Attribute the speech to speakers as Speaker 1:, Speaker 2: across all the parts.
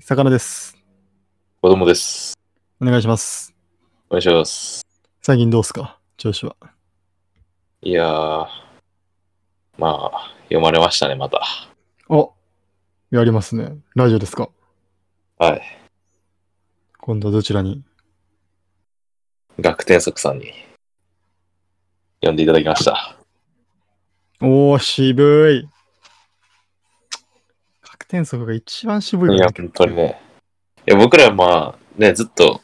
Speaker 1: 魚です。
Speaker 2: 子供です。
Speaker 1: お願いします。
Speaker 2: お願いします。
Speaker 1: 最近どうすか調子は。
Speaker 2: いやー、まあ、読まれましたね、また。
Speaker 1: おやりますね。ラジオですか
Speaker 2: はい。
Speaker 1: 今度はどちらに
Speaker 2: 学天則さんに読んでいただきました。
Speaker 1: おー、渋い。確転速が一番渋いわ
Speaker 2: い
Speaker 1: ね
Speaker 2: や、本当にね。いや、僕らまあ、ね、ずっと、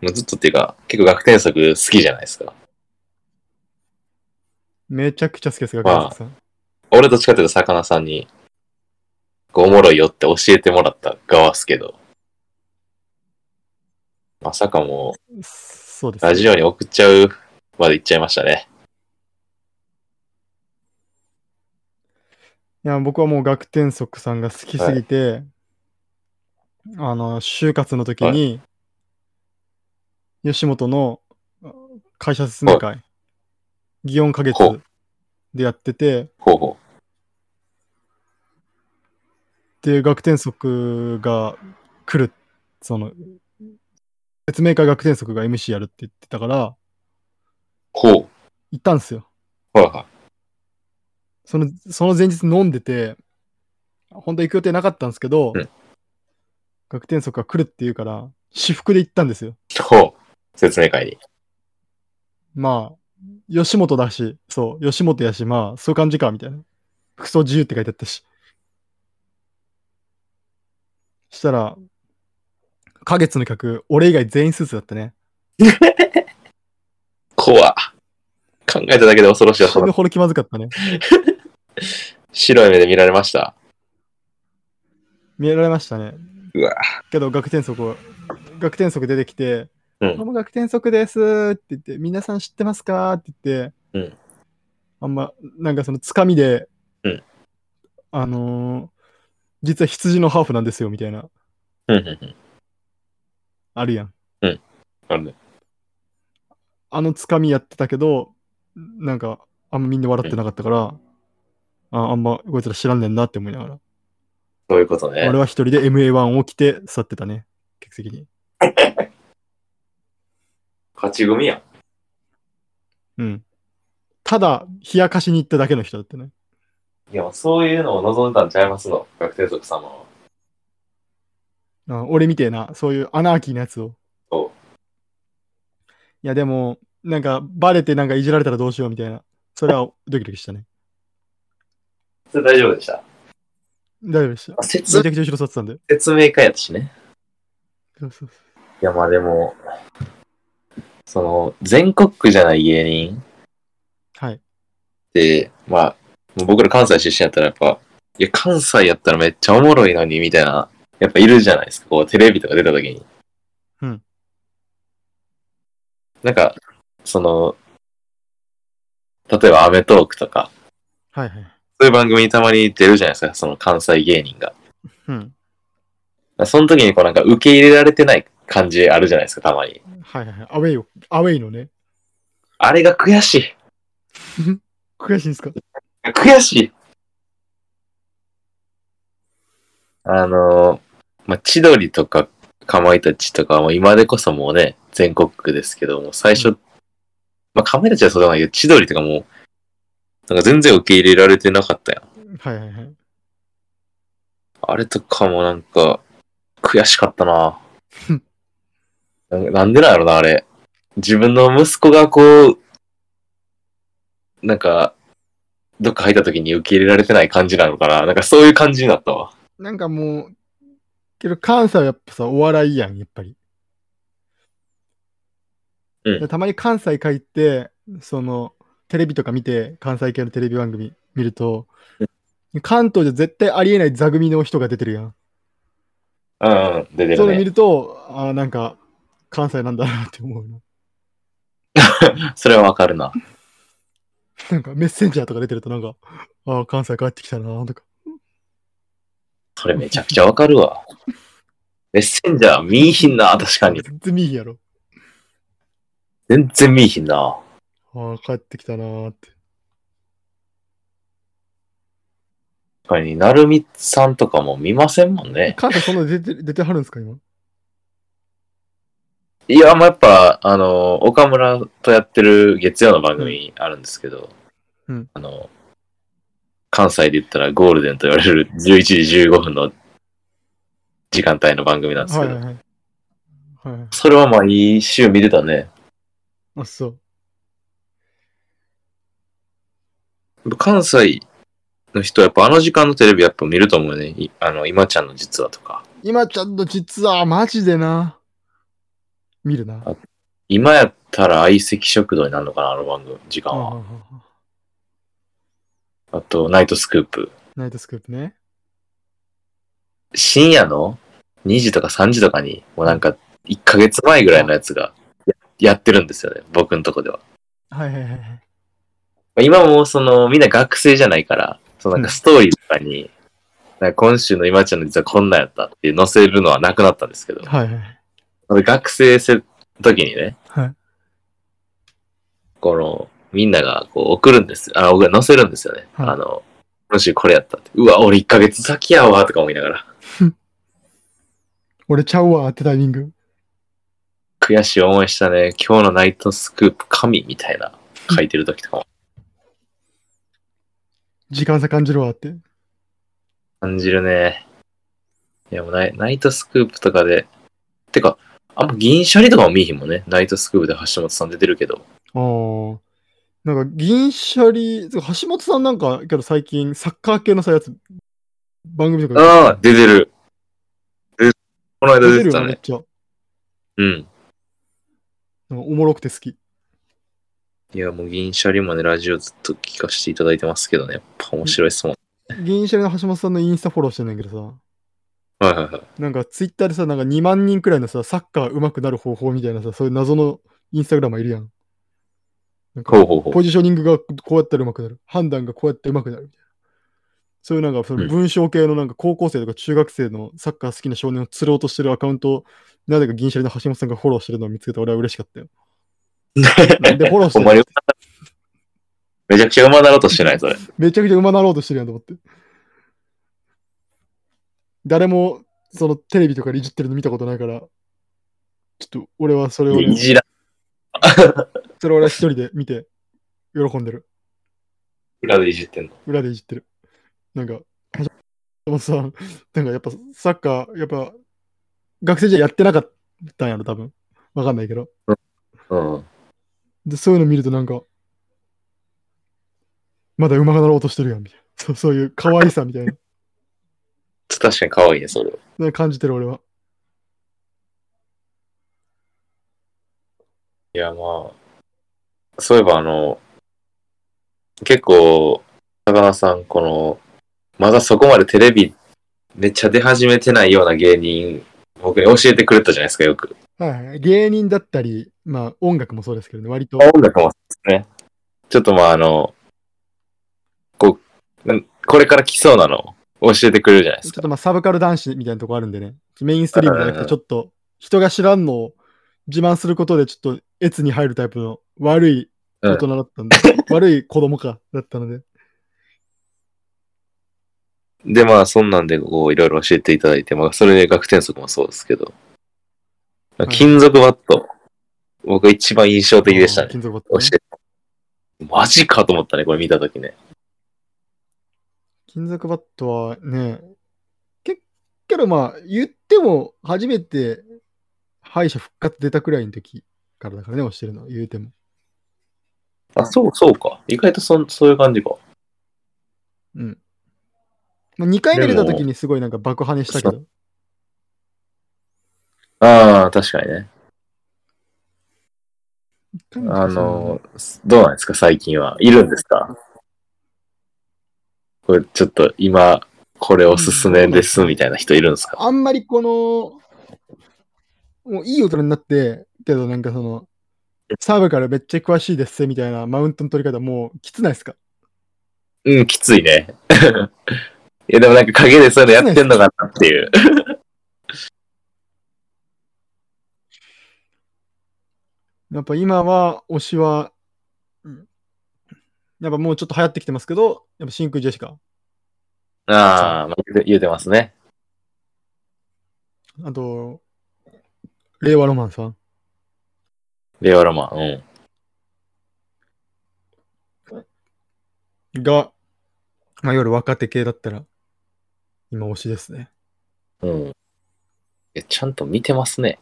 Speaker 2: もうずっとっていうか、結構学天則好きじゃないですか。
Speaker 1: めちゃくちゃ好きです、学天速さん。
Speaker 2: 俺どっちかというと、魚さんに、こうおもろいよって教えてもらった側っすけど、まさかもう、
Speaker 1: そうです。
Speaker 2: ラジオに送っちゃうまで行っちゃいましたね。
Speaker 1: いや、僕はもう学天則さんが好きすぎて、あの、就活の時に、吉本のあ会社説明会、祇園花月
Speaker 2: ほう
Speaker 1: でやってて、
Speaker 2: ほうほ
Speaker 1: で、学天則が来る、その、説明会学天則が MC やるって言ってたから、
Speaker 2: う。ほ
Speaker 1: 行ったんですよ。
Speaker 2: う。はいはい。
Speaker 1: その、その前日飲んでて、本当は行く予定なかったんですけど、
Speaker 2: うん
Speaker 1: 学天則が来るって言うから、私服で行ったんですよ。
Speaker 2: ほう。説明会に。
Speaker 1: まあ、吉本だし、そう、吉本やし、まあ、そういう感じか、みたいな。服装自由って書いてあったし。したら、花月の客、俺以外全員スーツだったね。
Speaker 2: 怖っ考えただけで恐ろしい
Speaker 1: 死
Speaker 2: わそ
Speaker 1: ぬ
Speaker 2: の
Speaker 1: ほど気まずかったね。
Speaker 2: 白い目で見られました。
Speaker 1: 見られましたね。
Speaker 2: うわ
Speaker 1: けど、学天則を、学天則出てきて、
Speaker 2: うん
Speaker 1: どうも学天則ですって言って、皆さん知ってますかって言って、
Speaker 2: うん
Speaker 1: あんま、なんかそのつかみで、
Speaker 2: うん
Speaker 1: あのー実は羊のハーフなんですよ、みたいな。
Speaker 2: うんうんうん。
Speaker 1: あるやん。
Speaker 2: あるね。
Speaker 1: あのつかみやってたけど、なんか、あんまみんな笑ってなかったから、ああんまこいつら知らんねんなって思いながら。
Speaker 2: そういうことね
Speaker 1: 俺。は一人で MA1 を着て去ってたね、客席に。
Speaker 2: 勝ち組やん。
Speaker 1: うん。ただ、冷やかしに行っただけの人だったね。
Speaker 2: いや、そういうのを望んだんちゃいますの。学生族様は。
Speaker 1: あ俺みてえな、そういうアナーキーなやつを。
Speaker 2: おう
Speaker 1: いや、でも、なんか、バレてなんかいじられたらどうしようみたいな。それはドキドキしたね。
Speaker 2: それ大丈夫でした。
Speaker 1: 大丈夫でした。め
Speaker 2: 説
Speaker 1: ちゃくちゃ後ろ座ってたんで。
Speaker 2: 説明会やったしね。
Speaker 1: そうそうそう
Speaker 2: いや、まあでも、その、全国区じゃない芸人っ
Speaker 1: はい。
Speaker 2: て、まあ、もう僕ら関西出身やったらやっぱ、いや、関西やったらめっちゃおもろいのに、みたいな、やっぱいるじゃないですか。こう、テレビとか出た時に。
Speaker 1: うん。
Speaker 2: なんか、その、例えばアメトークとか、
Speaker 1: はいはい。
Speaker 2: そういう番組にたまに出るじゃないですか、その関西芸人が。
Speaker 1: うん。
Speaker 2: その時にこうなんか受け入れられてない感じあるじゃないですか、たまに。
Speaker 1: はいはいはい。アウェイを、アウェイのね。
Speaker 2: あれが悔しい。
Speaker 1: 悔しいんですか
Speaker 2: 悔しい。あの、まあ、千鳥とか、かまいたちとかはもう今でこそもうね、全国区ですけども、最初、まあ、かまいたちはそうでもないけど、千鳥とかもう、なんか全然受け入れられてなかったやん。
Speaker 1: はいはいはい。
Speaker 2: あれとかもなんか、悔しかったな
Speaker 1: うん
Speaker 2: ななんでなんやろな、あれ。自分の息子がこう、なんか、どっか入った時に受け入れられてない感じなのかな。なんかそういう感じになったわ。
Speaker 1: なんかもう、けど関西はやっぱさ、お笑いやん、やっぱり。
Speaker 2: うん
Speaker 1: でたまに関西帰って、その、テレビとか見て、関西系のテレビ番組見ると、関東じゃ絶対ありえない座組の人が出てるやん。
Speaker 2: うん、うん、出て
Speaker 1: そ
Speaker 2: る
Speaker 1: れ見
Speaker 2: ね。
Speaker 1: ると、あーなんか、関西なんだなって思うの。
Speaker 2: それはわかるな。
Speaker 1: なんか、メッセンジャーとか出てると、なんか、ああ、関西帰ってきたなとか。
Speaker 2: それめちゃくちゃわか るわ。メッセンジャー見いひんな、確かに。
Speaker 1: 全然見えへんやろ。
Speaker 2: 全然見いひんな。
Speaker 1: ああ、帰ってきたなーって。
Speaker 2: かに、なるみさんとかも見ませんもんね。
Speaker 1: 関西そんな出て、出てはるんですか、今。
Speaker 2: いや、まあ、やっぱ、あの、岡村とやってる月曜の番組あるんですけど、
Speaker 1: うん
Speaker 2: あの、関西で言ったらゴールデンと言われる11時15分の時間帯の番組なんですけ
Speaker 1: は
Speaker 2: ど、
Speaker 1: いはいはい。はいはい。
Speaker 2: それはまあ、いい週見てたね。
Speaker 1: あ、そう。
Speaker 2: 関西の人はやっぱあの時間のテレビやっぱ見ると思うね。いあの、今ちゃんの実話とか。
Speaker 1: 今ちゃんと実は、マジでな。見るな。
Speaker 2: あ今やったら相席食堂になるのかな、あの番組、時
Speaker 1: あ
Speaker 2: 間は。
Speaker 1: あああ
Speaker 2: あと、ナイトスクープ。
Speaker 1: ナイトスクープね。
Speaker 2: 深夜の2時とか3時とかに、もうなんか、1ヶ月前ぐらいのやつがややってるんですよね、僕のとこでは。
Speaker 1: はいはいはいはい。
Speaker 2: まあ今もその、みんな学生じゃないから、そのなん
Speaker 1: う
Speaker 2: か
Speaker 1: ん
Speaker 2: ストーリーとかに、なんか今週の今ちゃんの実はこんなんやったっていう載せるのはなくなったんですけど、
Speaker 1: はいはい。
Speaker 2: 学生せ時にね、
Speaker 1: はい。
Speaker 2: この、みんながこう送るんです。あ、僕が載せるんですよね。
Speaker 1: はい
Speaker 2: あの、今週これやったって。うわ、俺1ヶ月先やわ、とか思いながら、
Speaker 1: 俺ちゃうわってタイミング。
Speaker 2: 悔しい思いしたね。今日のナイトスクープ神みたいな書いてる時とかも
Speaker 1: 時間差感じるわって。
Speaker 2: 感じるね。いや、もうナイナイトスクープとかで、てか、あんま銀シャリとかも見えひんもんね。ナイトスクープで橋本さん出てるけど。
Speaker 1: ああ。なんか、銀シャリ、そう橋本さんなんか、けど最近、サッカー系のさ、やつ、番組とか
Speaker 2: ああ、出てる。えこの間
Speaker 1: 出
Speaker 2: 出
Speaker 1: て
Speaker 2: て
Speaker 1: るよ
Speaker 2: た
Speaker 1: な、めっ
Speaker 2: ね。
Speaker 1: ちゃ。
Speaker 2: うん。
Speaker 1: なんかおもろくて好き。
Speaker 2: いや、もう銀シャリもね、ラジオずっと聞かせていただいてますけどね。やっぱ面白いっすもん。
Speaker 1: 銀シャリの橋本さんのインスタフォローしてんだけどさ、
Speaker 2: はいはいはい。
Speaker 1: なんかツイッターでさ、なんか2万人くらいのさ、サッカー上手くなる方法みたいなさ、そういう謎のインスタグラマーいるやん。なんか
Speaker 2: ほうほうほう。
Speaker 1: ポジショニングがこうやったら上手くなる。判断がこうやって上手くなるみたいな。そういうなんかその
Speaker 2: うん
Speaker 1: 文章系のなんか高校生とか中学生のサッカー好きな少年を釣ろうとしてるアカウントをなぜか銀シャリの橋本さんがフォローしてるのを見つけて俺は嬉しか ったよ。なんでフォローしてる
Speaker 2: ほんま
Speaker 1: の
Speaker 2: に めちゃくちゃ馬なろうとしてない、それ。
Speaker 1: めちゃくちゃ馬なろうとしてるやんと思って。誰もそのテレビとかでいじってるの見たことないから、ちょっと俺はそれをね、
Speaker 2: いじら。
Speaker 1: それを俺は一人で見て喜んでる。
Speaker 2: 裏でいじってんの。
Speaker 1: 裏でいじってる。なんか、橋本さん、なんかやっぱサッカー、やっぱ学生じゃやってなかったんやろ、多分。わかんないけど。
Speaker 2: うん。
Speaker 1: で、そういうの見るとなんか、まだ馬がなろうとしてるやん、みたいな。そうそういう可愛さみたいな。
Speaker 2: 確かに可愛いね、それは。
Speaker 1: なんか感じてる俺は。
Speaker 2: いや、まあ、そういえば、あの、結構、高田さん、この、まだそこまでテレビめっちゃ出始めてないような芸人、僕に教えてくれたじゃないですか、よく。
Speaker 1: はいはい、芸人だったり、まあ音楽もそうですけどね、割と。
Speaker 2: 音楽もそうですね。ちょっとまあ、あの、こう、なんこれから来そうなのを教えてくれるじゃないで
Speaker 1: ちょっ
Speaker 2: すか。
Speaker 1: とまあサブカル男子みたいなとこあるんでね、メインストリームじゃなくて、ちょっと人が知らんのを自慢することで、ちょっと越に入るタイプの悪い大人だったんで、 悪い子供か、だったので。
Speaker 2: で、まあ、そんなんで、こう、いろいろ教えていただいて、まあ、それで学天則もそうですけど、まあ
Speaker 1: はい
Speaker 2: 金属バット、僕が一番印象的でしたね。
Speaker 1: 金属バット
Speaker 2: 教
Speaker 1: ね、
Speaker 2: えて。マジかと思ったね、これ見たときね。
Speaker 1: 金属バットはね、けけどまあ言っても初めて敗者復活出たくらいの時からだからね、押してるの、言うても。
Speaker 2: あ、そう、そうか。意外とそん、そういう感じか。
Speaker 1: うん。まあ、2回目出
Speaker 2: で
Speaker 1: た
Speaker 2: も
Speaker 1: 時にすごいなんか爆破ねしたけど。
Speaker 2: ああ、確かにね。あ
Speaker 1: あ
Speaker 2: の、どうなんですか、最近は。いるんですかこれ、ちょっと今、これおすすめです、みたいな人いるんですか
Speaker 1: あんまりこの、もういい大人になって、けどなんかその、サーブからめっちゃ詳しいですみたいなマウントの取り方もうきつないですか
Speaker 2: うん、きついね。 いや、でもなんか陰でそういうのやってんのかなっていう。
Speaker 1: やっぱ今は推しは、うんやっぱもうちょっと流行ってきてますけど、やっぱ真空ジェシカ。
Speaker 2: ああ、まあ、言うて言うてますね。
Speaker 1: あと、令和ロマンさん。
Speaker 2: 令和ロマン。うん。
Speaker 1: が、まあ、夜若手系だったら、今推しですね。
Speaker 2: うん。え、ちゃんと見てますね。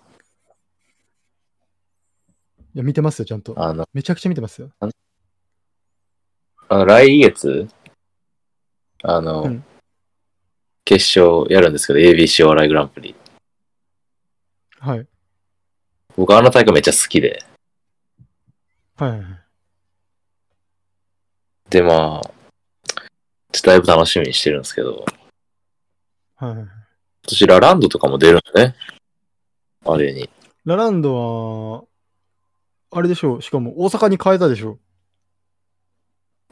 Speaker 1: いや、見てますよ、ちゃんと。
Speaker 2: あの、
Speaker 1: めちゃくちゃ見てますよ。
Speaker 2: あの来月、あの、
Speaker 1: うん
Speaker 2: 決勝やるんですけど、ABC お笑いグランプリ。
Speaker 1: はい。
Speaker 2: 僕、あの大会めっちゃ好きで。
Speaker 1: はいはいはい。
Speaker 2: で、まあ、ちょっとだいぶ楽しみにしてるんですけど、今
Speaker 1: はいはいはい。
Speaker 2: 年ラランドとかも出るんだね。あれに。
Speaker 1: ラランドは、あれでしょう。しかも大阪に変えたでしょ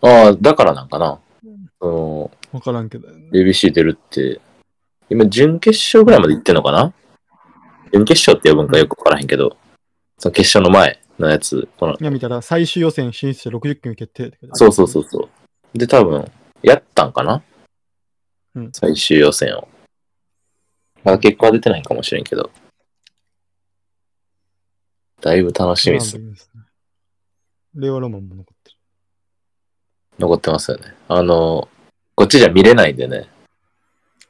Speaker 2: ああ、だからなんかな。
Speaker 1: うん
Speaker 2: その、
Speaker 1: う。わからんけど。
Speaker 2: ABC 出るって、今、準決勝ぐらいまで行ってんのかな準決勝って呼ぶんかよくわからへんけど、その決勝の前のやつ、この
Speaker 1: いや、見たら最終予選進出者60組決定って書いてある
Speaker 2: そうそうそうそう。で、多分、やったんかな、
Speaker 1: うん
Speaker 2: 最終予選を。まだ結果は出てないかもしれんけど。だいぶ楽しみです。
Speaker 1: ラランドいいですね令和ロマンも残ってる。
Speaker 2: 残ってますよね。あの、こっちじゃ見れないんでね。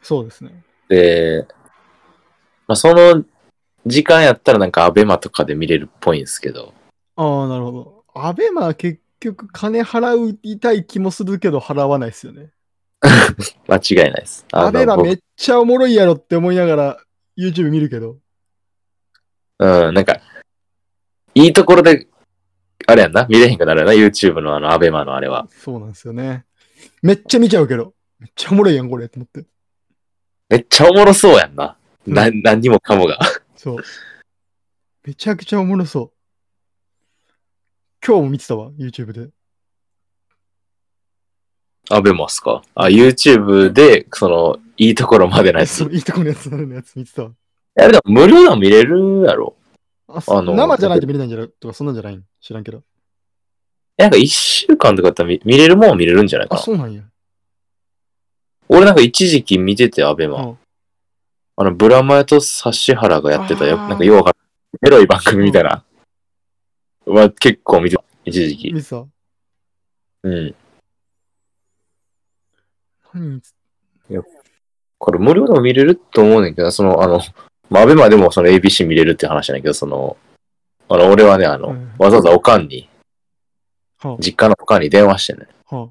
Speaker 1: そうですね。
Speaker 2: で、まあ、その時間やったらなんかアベマとかで見れるっぽいんですけど。
Speaker 1: ああ、なるほど。アベマは結局金払いたい気もするけど払わないですよね。
Speaker 2: 間違いないです。あ
Speaker 1: アベマ
Speaker 2: の、僕
Speaker 1: めっちゃおもろいやろって思いながら YouTube 見るけど。
Speaker 2: うん、なんか、いいところで、あれやんな、見れへんくなるよな、YouTube のあの、アベマのあれは。
Speaker 1: そうなんですよね。めっちゃ見ちゃうけど。めっちゃおもろいやん、これって思って。
Speaker 2: めっちゃおもろそうやんな。な、
Speaker 1: う
Speaker 2: 何にもかもが。
Speaker 1: そう。めちゃくちゃおもろそう。今日も見てたわ、YouTube で。
Speaker 2: アベマっすかあ、YouTube で、その、いいところまでのやつ。
Speaker 1: そ
Speaker 2: いう
Speaker 1: いいとこのやつなるのやつ見てたわ。
Speaker 2: や、でも無料は見れるやろ。
Speaker 1: あ、そう
Speaker 2: あの
Speaker 1: 生じゃないと見れないんじゃないとか、そんなんじゃないん知らんけど。
Speaker 2: えなんか一週間とかだったら見見れるもんは見れるんじゃないか
Speaker 1: あ、
Speaker 2: な。
Speaker 1: そうなんや。
Speaker 2: 俺なんか一時期見てて、アベマ。
Speaker 1: うん
Speaker 2: あの、ブラマヤと指原がやってたよ。
Speaker 1: あー
Speaker 2: なんかようわからんエロい番組みたいな。は結構見てた、一時期。
Speaker 1: 見てた。
Speaker 2: うん。
Speaker 1: 何
Speaker 2: これ無料でも見れると思うねんけど、その、あの、まあ、アベマでもその ABC 見れるって話なんだけど、その、あの、俺はね、あの、
Speaker 1: うん
Speaker 2: わざわざおかんに、
Speaker 1: は
Speaker 2: 実家のおかんに電話してね。
Speaker 1: あ、は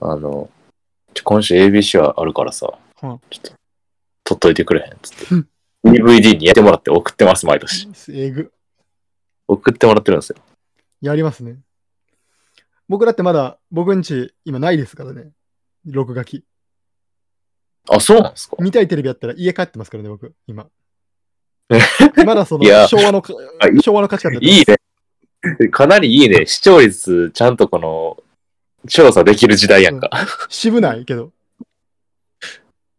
Speaker 2: あの、ちょ今週 ABC はあるからさ、
Speaker 1: あ、はあ。
Speaker 2: 撮っといてくれへんっつって
Speaker 1: うん。
Speaker 2: DVD にやってもらって送ってます、毎年。
Speaker 1: えぐ。
Speaker 2: 送ってもらってるんですよ。
Speaker 1: やりますね。僕だってまだ、僕んち今ないですからね。録画機。
Speaker 2: あ、そうなんですか
Speaker 1: 見たいテレビやったら家帰ってますからね、僕、今。まだその
Speaker 2: いや
Speaker 1: 昭和のか
Speaker 2: あいい
Speaker 1: 昭和の価値観だった
Speaker 2: いいね。かなりいいね。視聴率、ちゃんとこの、調査できる時代やんか。
Speaker 1: 渋ないけど。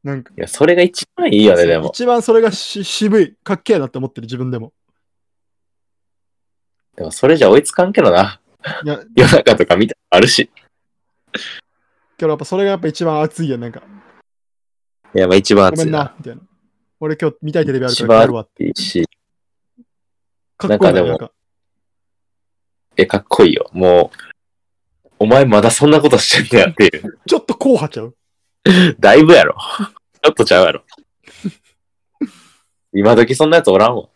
Speaker 1: なんか、
Speaker 2: いや、それが一番いいよね、でも。
Speaker 1: 一番それがし渋い、かっけえなって思ってる自分でも。
Speaker 2: でも、それじゃ追いつかんけどな。
Speaker 1: いや、だ
Speaker 2: 夜中とか見たあるし。
Speaker 1: けどやっぱそれがやっぱ一番熱いやん、なんか。
Speaker 2: いや、まあ一番
Speaker 1: ごめ
Speaker 2: 熱い
Speaker 1: ん
Speaker 2: な。
Speaker 1: な、みたいな。俺今日見たいテレビあるか
Speaker 2: 一
Speaker 1: ら
Speaker 2: 番
Speaker 1: 帰るわ。
Speaker 2: 熱いし。
Speaker 1: かっこいいな
Speaker 2: なんかでも
Speaker 1: なんか。
Speaker 2: え、かっこいいよ。もう、お前まだそんなことしてんだよっていう。
Speaker 1: ちょっと硬派ちゃう
Speaker 2: だいぶやろ。ちょっとちゃうや ろ。今時そんなやつおらんわ。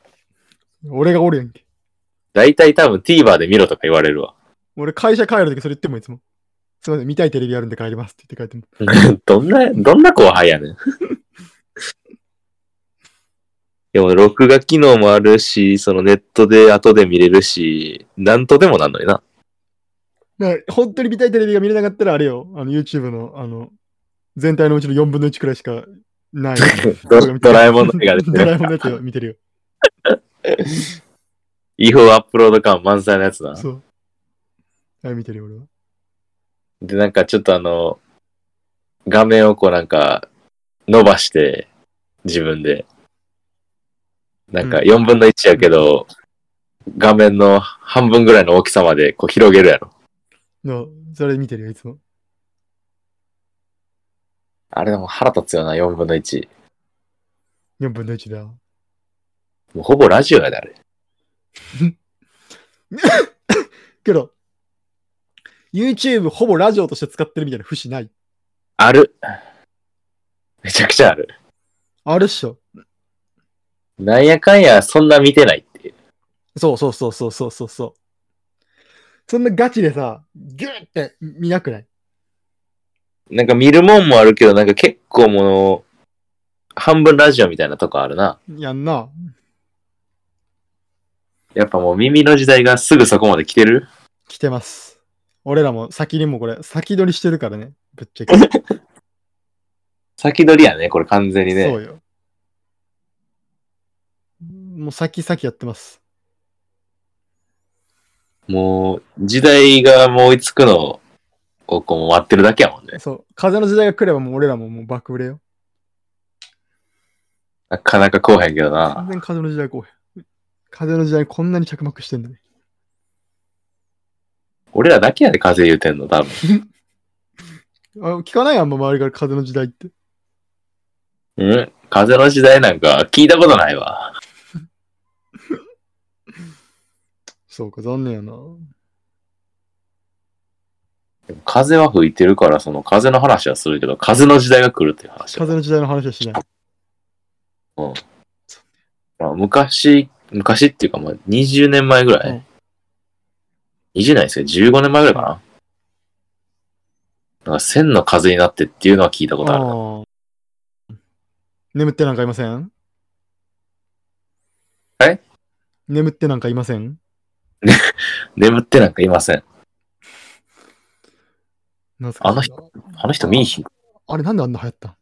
Speaker 1: 俺がおるやんけ。
Speaker 2: だいたい多分 TVer で見ろとか言われるわ。
Speaker 1: 俺会社帰るときそれ言ってもいつも。すみません、見たいテレビあるんで帰りますって言って帰っても。
Speaker 2: どんな、どんな後輩や ねん。でも、録画機能もあるし、そのネットで後で見れるし、なんとでもなんのにな。
Speaker 1: だから本当に見たいテレビが見れなかったらあれよ、あの YouTube のあの全体のうちの4分の1くらいしかない。
Speaker 2: ドドラえもんの映画です
Speaker 1: ドラえもんの
Speaker 2: ね。
Speaker 1: やつを見て る
Speaker 2: 違法アップロード感満載のやつな
Speaker 1: よ。。そう。あれ見てるよ、俺は。
Speaker 2: で、なんかちょっとあの、画面をこうなんか、伸ばして、自分で。なんか
Speaker 1: うん
Speaker 2: 4分の1やけど、画面の半分ぐらいの大きさまでこう広げるやろ。
Speaker 1: のそれ見てるよ、いつも。
Speaker 2: あれでも腹立つよな、4分の1。
Speaker 1: 4分の1だよ。
Speaker 2: もうほぼラジオやで、あれ。
Speaker 1: けど、YouTube ほぼラジオとして使ってるみたいな節ない。
Speaker 2: ある。めちゃくちゃある。
Speaker 1: あるっしょ。
Speaker 2: なんやかんや、そんな見てないっていう。
Speaker 1: そうそうそうそうそうそうそう。そんなガチでさ、ギューって見なくない
Speaker 2: なんか見るもんもあるけど、なんか結構もう、半分ラジオみたいなとこあるな。
Speaker 1: やんな。
Speaker 2: やっぱもう耳の時代がすぐそこまで来てる
Speaker 1: 来てます。俺らも先にもこれ、先取りしてるからね。ぶっちゃけ。
Speaker 2: 先取りやね、これ完全に
Speaker 1: そ
Speaker 2: ね。
Speaker 1: うよ。もう先々やってます。
Speaker 2: もう、時代がもう追いつくのをこう待ってるだけやもんね。
Speaker 1: そう。風の時代が来ればもう俺らももう爆売れよ。
Speaker 2: なかなか来おへんけど
Speaker 1: 完
Speaker 2: な。
Speaker 1: 全風の時代こうや。風の時代こんなに着目してんだね。
Speaker 2: 俺らだけやで、風言うてんの、多分。
Speaker 1: あ聞かないあんま周りから風の時代って。
Speaker 2: うん風の時代なんか聞いたことないわ。
Speaker 1: そうか、残念やな。
Speaker 2: でも風は吹いてるから、その風の話はするけど、風の時代が来るっていう話は。
Speaker 1: 風の時代の話はしない。
Speaker 2: まあ、昔、昔っていうか、まあ、20年前ぐらい、
Speaker 1: うん
Speaker 2: ?20 年ですけど、15年前ぐらいかな、なんか、千の風になってっていうのは聞いたことあるな。
Speaker 1: ああ眠ってなんかいません
Speaker 2: え
Speaker 1: 眠ってなんかいません
Speaker 2: 眠ってなんかいません。
Speaker 1: なんすか
Speaker 2: あの人あの人見いひん。
Speaker 1: あれなんであんな流行ったん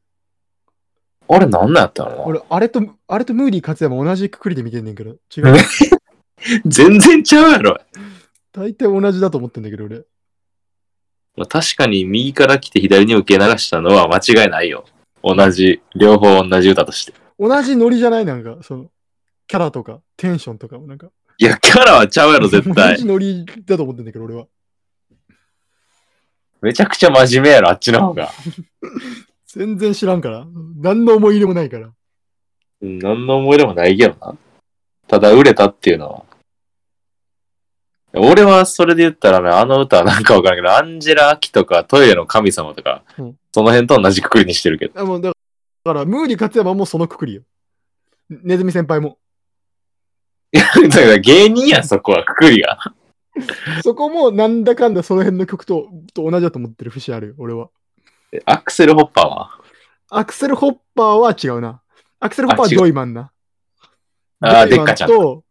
Speaker 2: あれなんなんやったの
Speaker 1: 俺、あれと、あれとムーディ勝山同じくくりで見てんねんけど、違
Speaker 2: う
Speaker 1: う。
Speaker 2: 全然ちゃうやろ。
Speaker 1: 大体同じだと思ってんだけど、俺。
Speaker 2: まあ確かに右から来て左に受け流したのは間違いないよ。同じ、両方同じ歌として。
Speaker 1: 同じノリじゃないなんか、その、キャラとか、テンションとかもなんか。
Speaker 2: いや、キャラはちゃうやろ、絶
Speaker 1: 同
Speaker 2: 対
Speaker 1: じ。ノリだと思ってんだけど、俺は。
Speaker 2: めちゃくちゃ真面目やろ、あっちの方が。
Speaker 1: 全然知らんから。何の思い入れもないから。
Speaker 2: うん、何の思い出もないけどな。ただ、売れたっていうのは。俺はそれで言ったらね、あの歌はなんかわからんけど、アンジェラ・アキとかトイレの神様とか、
Speaker 1: うん
Speaker 2: その辺と同じくくりにしてるけど。
Speaker 1: あもうだから、だからムーディ勝山もそのくくりよ。ネズミ先輩も。
Speaker 2: だから芸人やん、そこは、くくりが。
Speaker 1: そこもなんだかんだその辺の曲とと同じだと思ってる節あるよ、俺は。
Speaker 2: えアクセル・ホッパーは
Speaker 1: アクセル・ホッパーは違うな。アクセル・ホッパーは
Speaker 2: あ違う
Speaker 1: ドイマンな。
Speaker 2: あー
Speaker 1: ドイマン
Speaker 2: でっかちゃん
Speaker 1: と、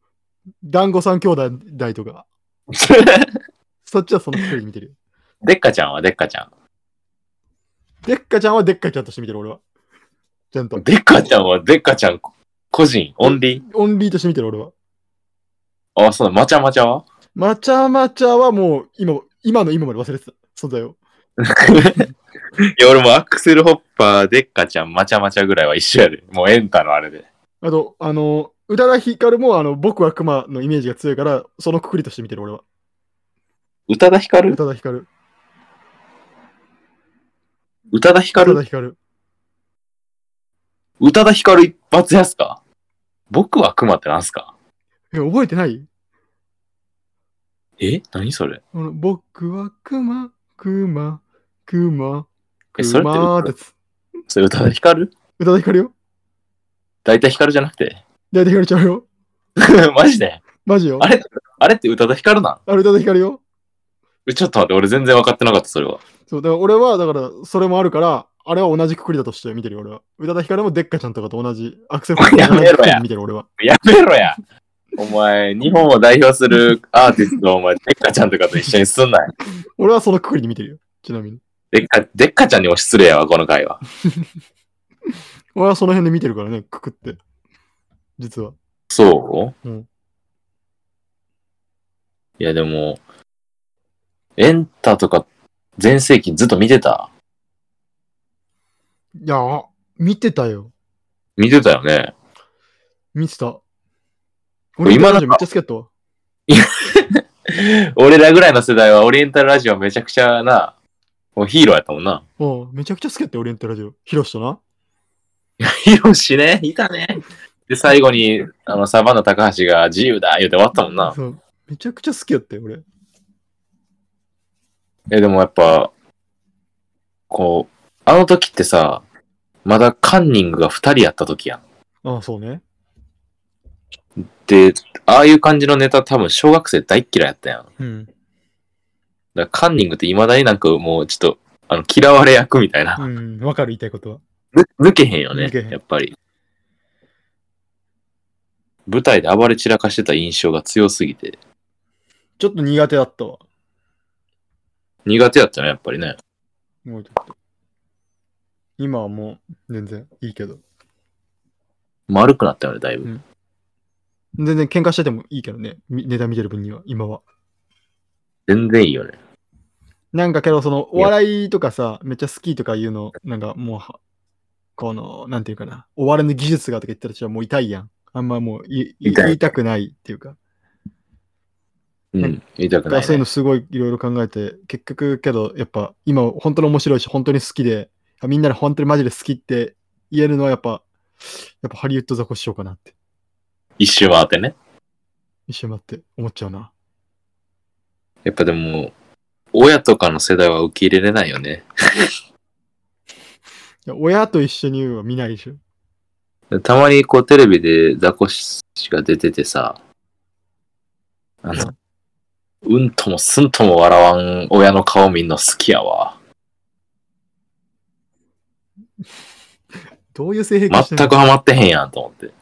Speaker 1: 団子三兄弟とか。そっちはそのくくり見てるよ。
Speaker 2: でっかちゃんはでっかちゃん。
Speaker 1: でっかちゃんはでっかちゃんとして見てる、俺は。ちゃんと。
Speaker 2: でっかちゃんはでっかちゃん、個人、オンリー。
Speaker 1: オンリーとして見てる、俺は。
Speaker 2: あ、そうだ、まちゃまちゃは
Speaker 1: まちゃまちゃはもう、今、今の今まで忘れてた存在を。
Speaker 2: いや、俺もアクセル・ホッパー、でっかちゃん、まちゃまちゃぐらいは一緒やで。もうエンタのあれで。
Speaker 1: あと、あの、宇多田ヒカルも、あの、僕は熊のイメージが強いから、そのくくりとして見てる、俺は。
Speaker 2: 宇多田ヒカ
Speaker 1: 宇
Speaker 2: ル
Speaker 1: 多田ヒカル。
Speaker 2: 宇多田ヒ
Speaker 1: 宇
Speaker 2: カル
Speaker 1: 多田ヒカル。
Speaker 2: 宇多田ヒカル一発やすか僕は熊ってなんすか
Speaker 1: え覚えてない
Speaker 2: え何それ
Speaker 1: あの僕は熊、熊、熊、
Speaker 2: えそれって
Speaker 1: 熊ってやつ。
Speaker 2: それ宇多田ヒカル
Speaker 1: 宇多田ヒカルよ。
Speaker 2: 大体ヒカルじゃなくて。
Speaker 1: 大体ヒカルちゃうよ。
Speaker 2: マジで
Speaker 1: マジよ。
Speaker 2: あれあれって宇多田ヒカルなん
Speaker 1: あれ宇多田ヒカルよ。
Speaker 2: えちょっと待って、俺全然分かってなかった、それは。
Speaker 1: そう、だから俺は、だから、それもあるから、あれは同じくくりだとして見てるよ、俺は。宇多田ヒカルもデッカちゃんとかと同じ、アクセルと
Speaker 2: やめろや
Speaker 1: 見てる、俺は。
Speaker 2: やめろやお前、日本を代表するアーティストをお前、デッカちゃんとかと一緒にすんなよ。
Speaker 1: 俺はそのくくりで見てるよ、ちなみに。
Speaker 2: デッカ、デッカちゃんにも失礼やわ、この回は。
Speaker 1: 俺はその辺で見てるからね、くくって。実は。
Speaker 2: そう、
Speaker 1: うん
Speaker 2: いや、でも、エンタとか、全盛期ずっと見てた
Speaker 1: いやー、見てたよ。
Speaker 2: 見てたよね。
Speaker 1: 見てた。
Speaker 2: 俺今なん
Speaker 1: め
Speaker 2: か
Speaker 1: っちゃ好きやったわ。
Speaker 2: 俺らぐらいの世代はオリエンタルラジオめちゃくちゃな、もうヒーローやったもんな。
Speaker 1: おうめちゃくちゃ好きやって、オリエンタルラジオ。ヒロシとな。
Speaker 2: ヒロシね、いたね。で、最後に、あの、サバンナ高橋が自由だ言うて終わったもんな。
Speaker 1: そう。めちゃくちゃ好きやって、俺。
Speaker 2: え、でもやっぱ、こう、あの時ってさ、まだカンニングが二人やった時やん。
Speaker 1: ああ、そうね。
Speaker 2: で、ああいう感じのネタ多分小学生大っ嫌いやったやん。だか
Speaker 1: うん。
Speaker 2: らカンニングって未だになんかもうちょっと、あの、嫌われ役みたいな。
Speaker 1: うん、わかる、言いたいことは。
Speaker 2: ぬ抜けへんよね
Speaker 1: 抜けへん、
Speaker 2: やっぱり。舞台で暴れ散らかしてた印象が強すぎて、
Speaker 1: ちょっと苦手だったわ。
Speaker 2: 苦手やったね、やっぱりね。
Speaker 1: もうちょっと。今はもう、全然いいけど。
Speaker 2: 丸くなったよね、だいぶ。
Speaker 1: 全然喧嘩しててもいいけどね。みネタ見てる分には、今は。
Speaker 2: 全然いいよね。
Speaker 1: なんかけど、その、お笑いとかさ、めっちゃ好きとかいうの、なんかもうは、この、なんていうかな、お笑いの技術がとか言ったらちはもう痛いやん。あんまもういい
Speaker 2: 痛い
Speaker 1: 言いたくないっていうか。
Speaker 2: う、
Speaker 1: うん
Speaker 2: 言いた
Speaker 1: だ
Speaker 2: く
Speaker 1: か
Speaker 2: な
Speaker 1: ら
Speaker 2: い、
Speaker 1: そういう
Speaker 2: ね
Speaker 1: の。すごいいろいろ考えて、結局けど、やっぱ今本当に面白いし、本当に好きで、あみんなで本当にマジで好きって言えるのはやっぱ、やっぱハリウッドザコシショウかなって、
Speaker 2: 一周回ってね。
Speaker 1: 一瞬待って思っちゃうな。
Speaker 2: やっぱでも、親とかの世代は受け入れれないよね。
Speaker 1: いや親と一緒には見ないでしょ。
Speaker 2: たまにこうテレビでザコシが出ててさ、あの、うんともすんとも笑わん親の顔見んの好きやわ。
Speaker 1: どういう性癖して
Speaker 2: 全
Speaker 1: るの
Speaker 2: くハマってへんやんと思って。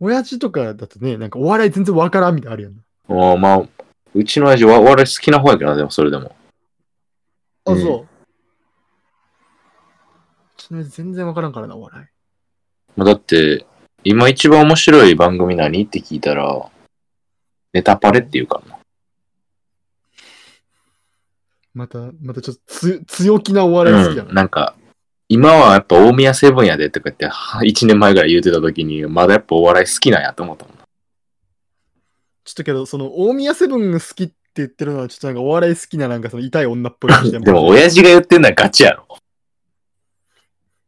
Speaker 1: 親父とかだとね、なんかお笑い全然わからんみたいなのあるよね。
Speaker 2: もうまあ、うちの親父はお笑い好きな方やけどな、でもそれでも。
Speaker 1: あ、
Speaker 2: うん
Speaker 1: そう。うちの親父全然わからんからな、お笑い。
Speaker 2: まあ、だって、今一番面白い番組何って聞いたら、ネタパレって言うからな。
Speaker 1: また、またちょっとつ強気なお笑い好きだ
Speaker 2: うん、
Speaker 1: な。
Speaker 2: なんか、今はやっぱ大宮セブンやでとか言って、は一年前ぐらい言うてた時に、まだやっぱお笑い好きなんやと思ったもんな。
Speaker 1: ちょっとけど、その、大宮セブンが好きって言ってるのは、ちょっとなんかお笑い好きななんかその痛い女っぽい感じ で
Speaker 2: でも親父が言ってんのはガチやろ。